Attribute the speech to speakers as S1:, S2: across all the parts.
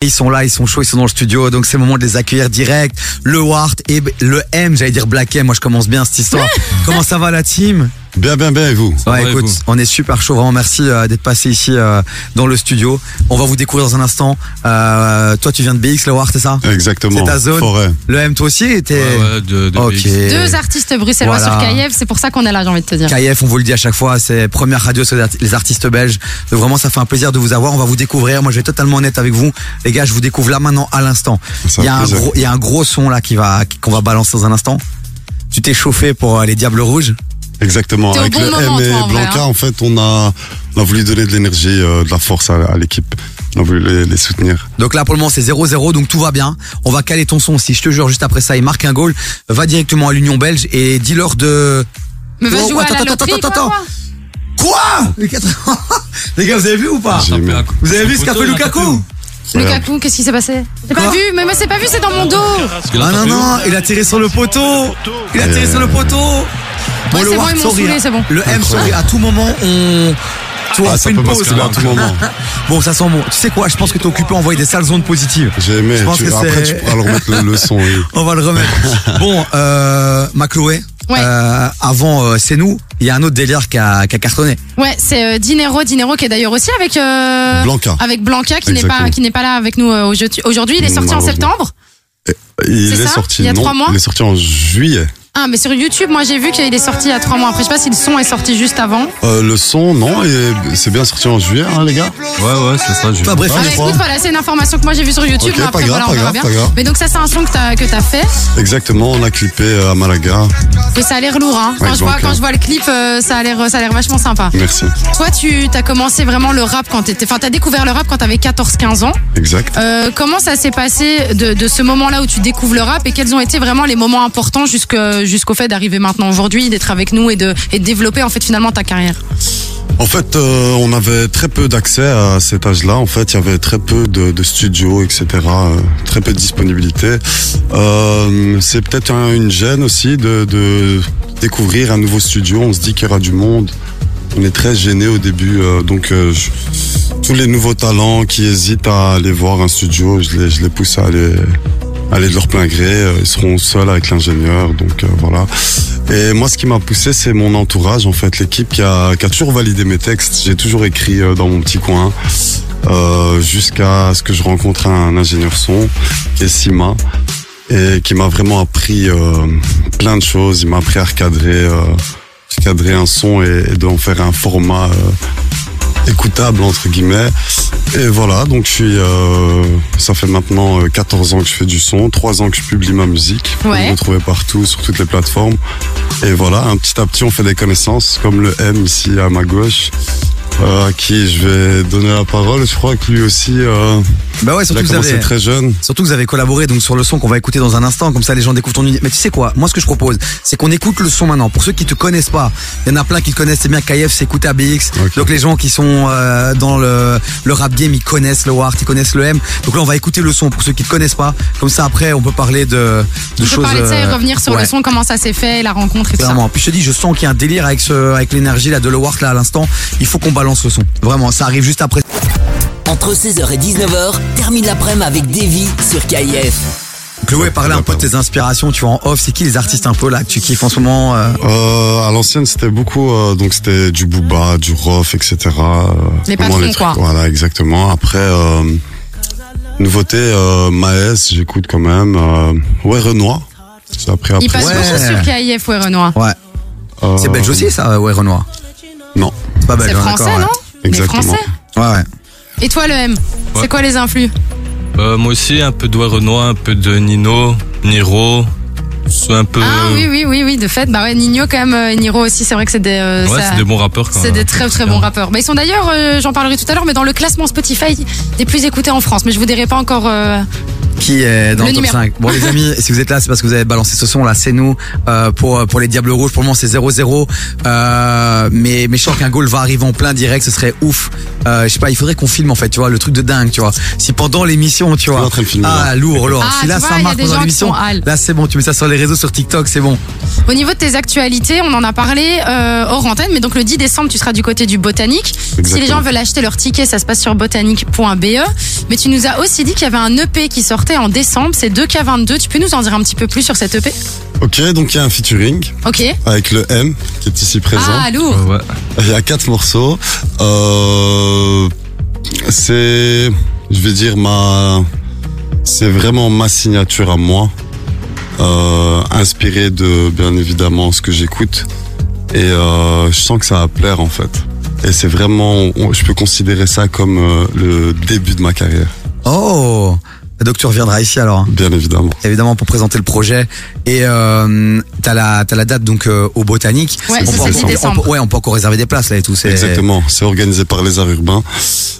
S1: Ils sont là, ils sont chauds, ils sont dans le studio, donc c'est le moment de les accueillir direct. Le Wart et b- le M, j'allais dire Black M, moi je commence bien cette histoire. Comment ça va la team
S2: Bien, bien, bien, et vous
S1: Ouais,
S3: va, et
S1: écoute,
S3: vous
S1: on est super chaud, vraiment merci euh, d'être passé ici euh, dans le studio. On va vous découvrir dans un instant. Euh, toi tu viens de BX, le Wart, c'est ça
S2: Exactement.
S1: C'est ta zone.
S2: Forêt.
S1: Le M, toi aussi, t'es...
S3: Ouais, Ah ouais, de, de
S1: ok.
S3: BX.
S4: Deux artistes bruxellois
S1: Voilà.
S4: sur Kayev, c'est pour ça qu'on est là, j'ai envie de te dire.
S1: KF, on vous le dit à chaque fois, c'est première radio sur les art- les artistes belges. Donc vraiment, ça fait un plaisir de vous avoir. On va vous découvrir. Moi, je vais être totalement honnête avec vous, les gars. Je vous découvre là maintenant, à l'instant.
S2: C'est
S1: Il
S2: un
S1: y a un
S2: plaisir.
S1: gros, il y a un gros son là qui va, qui- qu'on va balancer dans un instant. Tu t'es chauffé pour euh, les Diables Rouges.
S2: Exactement.
S4: T'es au
S2: Avec
S4: bon
S2: le
S4: moment,
S2: M et
S4: toi, en vrai,
S2: Blanca,
S4: hein.
S2: en fait, on a, on a voulu donner de l'énergie, euh, de la force à, à l'équipe. On a voulu les, les soutenir.
S1: Donc là, pour le moment, c'est 0-0, donc tout va bien. On va caler ton son aussi. Je te jure, juste après ça, il marque un goal. Va directement à l'Union Belge et dis-leur de.
S4: Mais va
S1: Oh,
S4: jouer à la
S1: attends,
S4: loterie,
S1: attends,
S4: quoi,
S1: attends,
S4: quoi.
S1: Quoi les, quatre- les gars, vous avez vu ou pas
S2: J'ai aimé.
S1: Vous avez vu ce qu'a fait Lukaku
S4: Lukaku, qu'est-ce qui s'est passé J'ai pas
S1: Quoi
S4: vu, mais moi c'est pas vu, c'est dans mon dos.
S1: Ah non, non, il a tiré sur le poteau. Il a tiré sur le poteau.
S4: Ouais, c'est bon,
S1: Ward,
S4: ils m'ont
S1: sorry,
S4: saoulé,
S1: hein.
S4: c'est bon.
S1: Le M, sorry, à tout moment, on. Tu vois,
S2: Ah,
S1: on
S2: ça
S1: fait une
S2: peut
S1: pause.
S2: basculer à
S1: quoi.
S2: tout moment.
S1: bon, ça sent bon. Tu sais quoi, je pense que t'es occupé à envoyer des sales ondes positives.
S2: J'ai aimé.
S1: Je pense
S2: Tu-
S1: que
S2: après,
S1: c'est-
S2: tu pourras leur mettre le, le son. oui.
S1: On va le remettre. bon, euh, Macloé,
S4: Ouais.
S1: euh, avant euh, C'est nous, il y a un autre délire qui a, qui a cartonné.
S4: Ouais, c'est euh, Dinero, Dinero qui est d'ailleurs aussi avec euh,
S2: Blanca.
S4: avec Blanca qui n'est pas
S2: Exactement.
S4: qui n'est pas là avec nous euh, aujourd'hui. Aujourd'hui, il est sorti en
S2: Malheureusement.
S4: septembre.
S2: Il
S4: C'est
S2: est
S4: ça
S2: sorti.
S4: Il y a
S2: non,
S4: trois mois
S2: Il est sorti en juillet.
S4: Ah, mais sur YouTube, moi j'ai vu qu'il est sorti il y a trois mois. Après, je sais pas si le son est sorti juste avant.
S2: Euh, le son, non, et c'est bien sorti en juillet, hein, les gars.
S3: Ouais, ouais, c'est ça. Je...
S1: Enfin, bref,
S4: Ah, bah, écoute, voilà, c'est une information que moi j'ai vue sur YouTube.
S2: Ok,
S4: mais
S2: pas
S4: après,
S2: grave,
S4: voilà, on
S2: pas grave,
S4: verra bien.
S2: pas grave.
S4: Mais donc ça, c'est un son que t'as que t'as fait.
S2: Exactement, on a clippé euh, à Malaga.
S4: Et ça a l'air lourd. Hein. Quand
S2: Ouais,
S4: je vois
S2: Blanca.
S4: quand je vois le clip, euh, ça a l'air ça a l'air vachement sympa.
S2: Merci.
S4: Toi, tu as commencé vraiment le rap quand t'étais. Enfin, t'as découvert le rap quand t'avais 14-15 ans.
S2: Exact.
S4: Euh, comment ça s'est passé de, de ce moment-là où tu découvres le rap et quels ont été vraiment les moments importants jusque- jusqu'au fait d'arriver maintenant aujourd'hui, d'être avec nous et de, et de développer en fait finalement ta carrière
S2: En fait, euh, on avait très peu d'accès à cet âge-là. En fait, il y avait très peu de, de studios, etc. euh, très peu de disponibilité. Euh, c'est peut-être un- une gêne aussi de, de découvrir un nouveau studio. On se dit qu'il y aura du monde. On est très gêné au début. euh, donc, euh, je- tous les nouveaux talents qui hésitent à aller voir un studio, je les, je les pousse à aller, à aller de leur plein gré. Euh, Ils seront seuls avec l'ingénieur. Donc, euh, voilà. Et moi, ce qui m'a poussé, c'est mon entourage, en fait, l'équipe qui a, qui a toujours validé mes textes. J'ai toujours écrit euh, dans mon petit coin, euh, jusqu'à ce que je rencontre un ingénieur son, qui est Sima, et qui m'a vraiment appris euh, plein de choses. Il m'a appris à recadrer, euh, recadrer un son et, et d'en faire un format euh, écoutable, entre guillemets. Et voilà, donc je suis. euh, ça fait maintenant euh, 14 ans que je fais du son, 3 ans que je publie ma musique. Vous
S4: Ouais.
S2: me retrouvez partout, sur toutes les plateformes. Et voilà, un petit à petit, on fait des connaissances, comme le M ici à ma gauche, euh, à qui je vais donner la parole. Je crois que lui aussi, euh,
S1: Bah ouais,
S2: il a
S1: surtout que vous
S2: commencé
S1: avez.
S2: très jeune.
S1: Surtout que vous avez collaboré donc sur le son qu'on va écouter dans un instant, comme ça les gens découvrent ton univers. Mais tu sais quoi Moi ce que je propose, c'est qu'on écoute le son maintenant. Pour ceux qui te connaissent pas, il y en a plein qui te connaissent, c'est bien KF, c'est écoute ABX.
S2: Ok.
S1: Donc les gens qui sont euh, dans le, le rap game, ils connaissent le Wart, ils connaissent le M. Donc là on va écouter le son pour ceux qui te connaissent pas. Comme ça après on peut parler de, de
S4: On peut
S1: choses.
S4: parler de ça et
S1: euh,
S4: revenir sur
S1: ouais.
S4: le son, comment ça s'est fait, la rencontre et tout ça.
S1: Clairement. Puis je te dis, je sens qu'il y a un délire avec ce, avec l'énergie là de le Wart là à l'instant. Il faut qu'on balance le son. Vraiment, ça arrive juste après.
S5: Entre 16h et 19h, termine l'après-midi avec Davy sur KIF.
S1: Chloé, parler un peu de tes inspirations. Tu vois en off, c'est qui les artistes un peu là que tu kiffes en ce moment euh,
S2: Euh, à l'ancienne, c'était beaucoup, euh, donc c'était du booba, du rof, etc. euh,
S4: Les
S2: vraiment
S4: patrons,
S2: trucs-
S4: quoi.
S2: Voilà, exactement. Après, euh, nouveauté, euh, Maes, j'écoute quand même. Euh, ouais, Renoir. J'ai appris après.
S4: Il passe
S1: Ouais. Bah,
S4: beaucoup sur KIF, ouais, Renoir.
S1: Ouais.
S2: Euh,
S1: C'est belge aussi, ça, ouais, Renoir.
S2: Non,
S1: C'est pas belge,
S4: C'est
S1: hein,
S4: français,
S1: d'accord,
S4: non Il est
S2: Exactement.
S4: français.
S1: ouais. Ouais, ouais.
S4: Et toi, le M
S3: Ouais.
S4: C'est quoi les influx
S3: Euh, moi aussi, un peu de Renoir, un peu de Nino, Niro. C'est un
S1: Euh,
S3: peu.
S4: Ah oui, oui, oui, oui, de fait. Bah ouais, Nino quand même, euh, et Niro aussi, c'est vrai que c'est des. euh,
S3: Ouais,
S4: ça-
S3: c'est des bons rappeurs quand
S4: C'est
S3: même.
S4: des très très
S3: bien.
S4: bons rappeurs. Mais ils sont d'ailleurs, euh, j'en parlerai tout à l'heure, mais dans le classement Spotify des plus écoutés en France. Mais je vous dirai pas encore euh,
S1: qui est dans
S4: Le
S1: le, top
S4: numéro.
S1: 5. Bon les amis, si vous êtes là, c'est parce que vous avez balancé ce son là, c'est nous euh, pour pour les Diables Rouges. Pour le moment, c'est 0-0. Euh, mais mais je sens qu'un goal va arriver en plein direct, ce serait ouf. Euh, je sais pas, il faudrait qu'on filme en fait, tu vois, le truc de dingue, tu vois. Si pendant l'émission, tu
S2: est
S1: vois.
S2: en train de filmer,
S1: ah lourd, lourd.
S4: Ah,
S1: si là
S4: tu vois,
S1: ça
S4: il y a
S1: marche
S4: des
S1: pendant
S4: gens qui
S1: l'émission,
S4: sont hal.
S1: là c'est bon, tu mets ça sur les réseaux, sur TikTok, c'est bon.
S4: Au niveau de tes actualités, on en a parlé euh, hors antenne, mais donc le 10 décembre, tu seras du côté du Botanique. Si les
S2: Exactement.
S4: gens veulent acheter leur ticket, ça se passe sur botanique.be. E. Mais tu nous as aussi dit qu'il y avait un EP qui sortait en décembre, c'est 2K22. Tu peux nous en dire un petit peu plus sur cet EP
S2: Ok, donc il y a un featuring
S4: Ok.
S2: avec le M qui est ici présent.
S4: Ah, lourd.
S3: Ouais.
S2: Il y a quatre morceaux. Euh, c'est, je vais dire ma, c'est vraiment ma signature à moi, euh, inspirée de bien évidemment ce que j'écoute. Et euh, je sens que ça va plaire en fait. Et c'est vraiment, on- je peux considérer ça comme euh, le début de ma carrière,
S1: Oh, donc tu reviendras ici alors. hein.
S2: bien évidemment.
S1: évidemment pour présenter le projet et euh, t'as la t'as la date donc euh, au botanique
S4: Ouais,
S1: on,
S4: ça,
S1: peut,
S4: c'est le 10
S1: on peut-
S4: décembre.
S1: ouais on peut encore réserver des places là et tout c'est
S2: Exactement. C'est organisé par les arts urbains.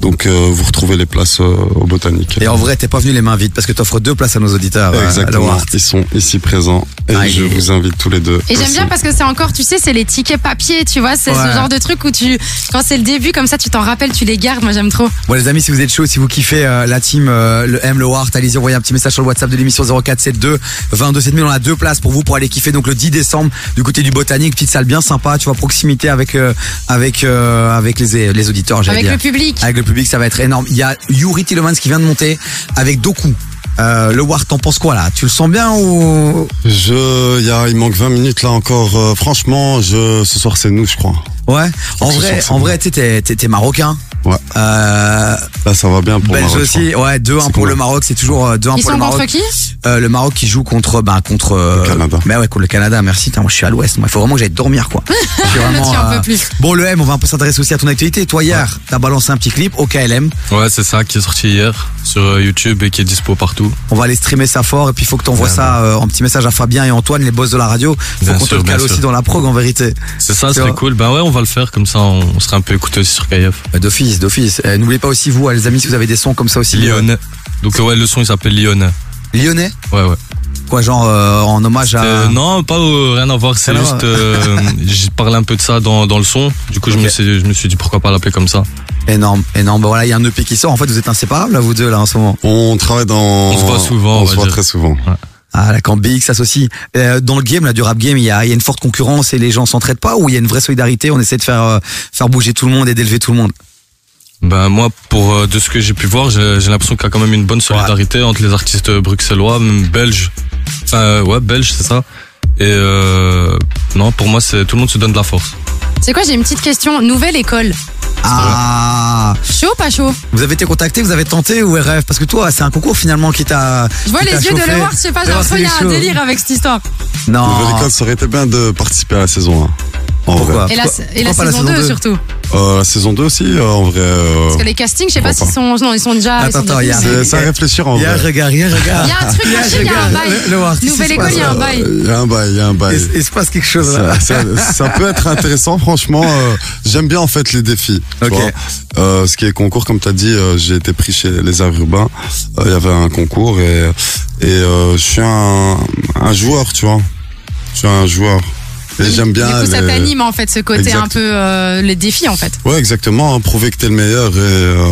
S2: Donc euh, vous retrouvez les places euh, au botanique.
S1: et en vrai t'es pas venu les mains vides parce que t'offres deux places à nos auditeurs euh,
S2: Exactement.
S1: Laura.
S2: Ils sont ici présents et
S1: Ah,
S2: je
S1: il est-
S2: vous invite tous les deux.
S4: Et j'aime
S2: aussi.
S4: bien parce que c'est encore, tu sais, c'est les tickets papier, tu vois, c'est
S1: Ouais.
S4: ce genre de truc où tu, quand c'est le début comme ça, tu t'en rappelles, tu les gardes. Moi, j'aime trop.
S1: bon les amis si vous êtes chaud si vous kiffez euh, la team euh, le M le Wart allez-y envoyez un petit message sur le WhatsApp de l'émission 0472 22 7000 on a deux places pour vous pour aller kiffer donc le 10 décembre du côté du botanique petite salle bien sympa tu vois proximité avec euh, avec euh, avec les les auditeurs j'allais
S4: Avec
S1: dire.
S4: le public.
S1: Avec le public, ça va être énorme. Il y a Yuri Tillemans qui vient de monter avec Doku. Euh, le War, t'en penses quoi là Tu le sens bien ou
S2: Je, y a, il manque 20 minutes là encore. Euh, franchement, je, ce soir c'est nous, je crois.
S1: Ouais. En
S2: Je
S1: vrai,
S2: sens que
S1: en
S2: c'est
S1: vrai, tu sais, t'es t'es- t'es marocain.
S2: Ouais.
S1: Euh,
S2: Là, ça va bien pour
S1: Belge
S2: Maroc, je
S1: aussi. Ouais, 2-1
S2: C'est
S1: pour
S2: cool.
S1: le Maroc. C'est toujours euh, 2-1
S4: Ils
S1: pour
S4: sont
S1: le Maroc.
S4: contre qui
S1: Euh, le Maroc qui joue contre, bah, contre. euh,
S2: Canada.
S1: Bah ouais, contre le Canada. Merci. Putain, moi, je suis à l'Ouest. Moi, il faut vraiment que j'aille dormir, quoi. Je suis
S4: Là, tu en
S1: euh,
S4: peux plus.
S1: Bon, le M, on va un peu s'intéresser aussi à ton actualité. Toi, hier, t'as balancé un petit clip au KLM.
S3: Ouais, c'est ça qui est sorti hier sur euh, YouTube et qui est dispo partout.
S1: On va aller streamer ça fort et puis il faut que t'envoies
S3: Ouais,
S1: ça euh, en petit message à Fabien et Antoine, les boss de la radio. Faut
S3: Bien
S1: qu'on te
S3: sûr,
S1: le
S3: bien
S1: cale aussi
S3: sûr.
S1: dans la prog en vérité.
S3: C'est ça,
S1: Tu
S3: c'est
S1: vois.
S3: cool. Ben ouais, on va le faire comme ça, on sera un peu écouté aussi sur KF.
S1: Euh, D'office, d'office. Euh, N'oubliez pas aussi vous, euh, les amis, si vous avez des sons comme ça aussi.
S3: Lyonnais. Donc euh, ouais, le son il s'appelle Lyonnais.
S1: Euh, Lyonnais
S3: Ouais, ouais.
S1: Quoi, genre euh, en hommage à.
S3: Euh, non, pas euh, rien à voir. C'est
S1: Rien à
S3: juste, euh, j'ai parlé un peu de ça dans, dans le son. Du coup,
S1: Ok.
S3: je, me suis, je me suis dit pourquoi pas l'appeler comme ça.
S1: Énorme, énorme. Bah voilà, il y a un EP qui sort. En fait, vous êtes inséparables, là, vous deux, là, en ce moment.
S2: crois. On travaille dans.
S3: On se voit souvent,
S2: On
S3: on
S2: se
S3: va
S2: voit
S3: dire.
S2: très souvent.
S1: Ah, la quand BX s'associe. Euh, dans le game, là, du rap game, il y a, il y a une forte concurrence et les gens s'entraident pas ou il y a une vraie solidarité. On essaie de faire, euh, faire bouger tout le monde et d'élever tout le monde.
S3: Ben moi, pour euh, de ce que j'ai pu voir, j'ai j'ai l'impression qu'il y a quand même une bonne solidarité entre les artistes bruxellois, même belges. Enfin, euh, ouais, belges, c'est ça. Et euh, non, pour moi, c'est tout le monde se donne de la force.
S4: C'est quoi J'ai une petite question. Nouvelle école.
S1: Ah,
S4: Chaud, pas chaud
S1: vous avez été contacté, vous avez tenté ou rêve Parce que toi, c'est un concours finalement qui t'a.
S4: Je vois
S1: qui
S4: les
S1: t'a
S4: yeux de
S1: chauffé.
S4: Leward, je sais pas, j'ai
S1: Leward,
S4: l'impression qu'il
S1: il est
S4: y a un
S1: chaud.
S4: délire avec cette histoire.
S1: Ah,
S2: Nouvelle
S1: Non.
S2: école, ça aurait été bien de participer à la saison 1. En
S1: Pourquoi
S2: vrai.
S4: Et la,
S1: Pourquoi-
S4: et la
S1: pourquoi pas
S4: saison 2
S1: deux
S4: surtout.
S2: Euh, la saison 2 aussi, euh, en vrai. euh,
S4: Parce que les castings, je sais pas
S2: Pourquoi
S4: s'ils sont. Non, ils sont déjà. ils
S1: Attends,
S4: sont
S1: attends, il y a-
S4: définis.
S2: c'est- c'est à réfléchir en
S1: Il y a un
S2: vrai.
S1: regard, il y a un regard.
S4: Il y a un truc,
S1: Il y a un
S4: caché, il y a un
S1: regard.
S4: bail.
S1: Le- Leward, qu'est-ce qui
S4: Nouvelle
S1: se
S4: école,
S1: passe,
S4: il y a un
S1: là
S2: Euh,
S4: bail.
S2: Il y a un bail, il y a un bail.
S1: Il il se passe quelque chose là.
S2: Ça, ça- ça peut être intéressant, franchement. euh, J'aime bien en fait les défis. tu
S1: Ok.
S2: vois. Euh, ce qui est concours, comme tu as dit, euh, j'ai été pris chez les arts urbains. Euh, Il y avait un concours et, et euh, je suis un, un joueur, tu vois. Je suis un joueur. Et j'aime bien.
S4: Du coup, ça
S2: les-
S4: t'anime en fait, ce côté
S2: Exact.
S4: un peu. euh, les défis en fait.
S2: Ouais, exactement. hein, prouver que t'es le meilleur. Et, euh,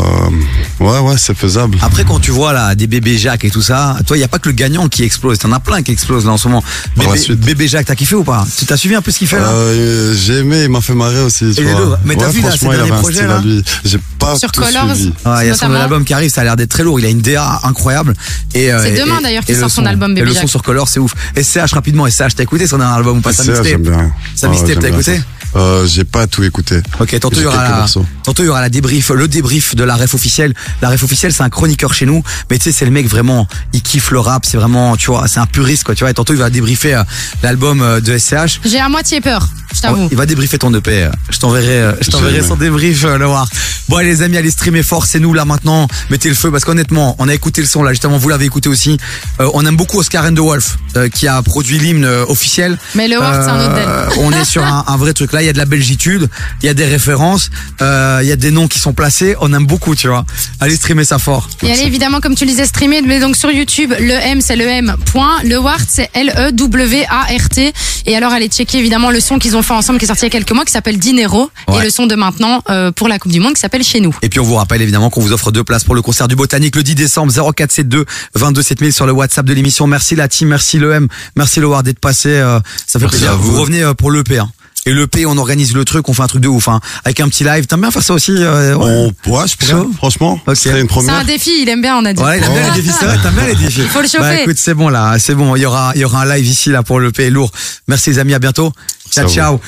S2: ouais, ouais, c'est faisable.
S1: Après, quand tu vois là des bébés Jacques et tout ça, toi, il y a pas que le gagnant qui explose. T'en as plein qui explosent là en ce moment.
S2: Par la
S1: Bébé,
S2: suite.
S1: bébé Jacques, t'as kiffé ou pas Tu t'as suivi un peu ce qu'il fait là
S2: Euh, j'ai aimé, il m'a fait marrer aussi. Tu
S1: Il est
S2: vois.
S1: lourd. Mais t'as
S2: Ouais,
S1: vu, là,
S2: franchement,
S1: ces
S2: il avait
S1: derniers
S2: un
S1: projets,
S2: style
S1: là
S2: à lui. J'ai pas
S4: Sur
S2: tout
S4: Colors.
S2: suivi.
S1: Ouais, il y a son
S4: notamment-
S1: album qui arrive, ça a l'air d'être très lourd. Il a une DA incroyable. Et euh,
S4: C'est
S1: et-
S4: demain,
S1: et-
S4: d'ailleurs, qu'il
S1: et le
S4: sort son
S1: son.
S4: album,
S1: Et
S4: Bébé
S1: le
S4: Jacques.
S1: son sur Color, c'est ouf. SCH rapidement, SCH, t'as écouté son dernier album ou pas Sa
S2: Ça, j'aime
S1: mixtape
S2: bien. Ah
S1: Sa
S2: Ouais,
S1: mixtape,
S2: j'aime
S1: t'as
S2: bien
S1: écouté
S2: ça. euh, J'ai pas tout écouté.
S1: Ok, tantôt
S2: J'ai
S1: il y aura
S2: quelques
S1: la,
S2: morceaux.
S1: tantôt il y aura la débrief, le débrief de la ref officielle. La ref officielle, c'est un chroniqueur chez nous, mais tu sais, c'est le mec vraiment, il kiffe le rap, c'est vraiment, tu vois, c'est un puriste quoi, tu vois. Et tantôt il va débriefer euh, l'album euh, de SCH.
S4: J'ai à moitié peur. Je t'avoue.
S1: Il va débriefer ton EP. euh, Je t'enverrai, euh, je t'enverrai
S2: J'aime.
S1: son débrief, euh, le voir. Bon, allez, les amis, allez streamer fort, c'est nous là maintenant. Mettez le feu parce qu'honnêtement, on a écouté le son là, justement, vous l'avez écouté aussi. Euh, on aime beaucoup Oscar and the Wolf euh, qui a produit l'hymne euh, officiel.
S4: Mais le Ward, c'est un autre
S1: Euh, On est sur un, un vrai truc là. Il y a de la belgitude, il y a des références, euh, il y a des noms qui sont placés. On aime beaucoup, tu vois. Allez streamer ça fort.
S4: Et allez, évidemment, comme tu le disais, streamer. Mais donc sur YouTube, le M, c'est le M. Point. Le Wart, c'est E L-E-W-A-R-T. Et alors, allez checker évidemment le son qu'ils ont fait ensemble qui est sorti il y a quelques mois qui s'appelle Dinero.
S1: Ouais.
S4: Et le son de maintenant euh, pour la Coupe du Monde qui s'appelle Chez nous.
S1: Et puis on vous rappelle évidemment qu'on vous offre deux places pour le concert du Botanique le 10 décembre 0472 22 7000 sur le WhatsApp de l'émission. Merci la team, merci le M, merci le Ward d'être passé. euh, ça fait
S3: Merci
S1: plaisir.
S3: à
S1: Vous.
S3: vous.
S1: revenez euh, pour l'EP. Hein. Et l'EP, on organise le truc, on fait un truc de ouf. Hein. Avec un petit live, t'aimes bien faire ça aussi euh, ouais.
S2: On, ouais, je pourrais,
S1: Chaud.
S2: franchement,
S1: Ok.
S2: ce serait une
S4: C'est
S2: première.
S4: un défi, il aime bien, on a dit.
S1: Ouais, il aime bien les défis, c'est vrai, t'aimes bien les défis.
S4: Faut le chauffer.
S1: Bah écoute, c'est bon là, c'est bon. Il y aura, il y aura un live ici là pour le P lourd. Merci les amis, à bientôt. Ciao,
S2: Ça va.
S1: ciao.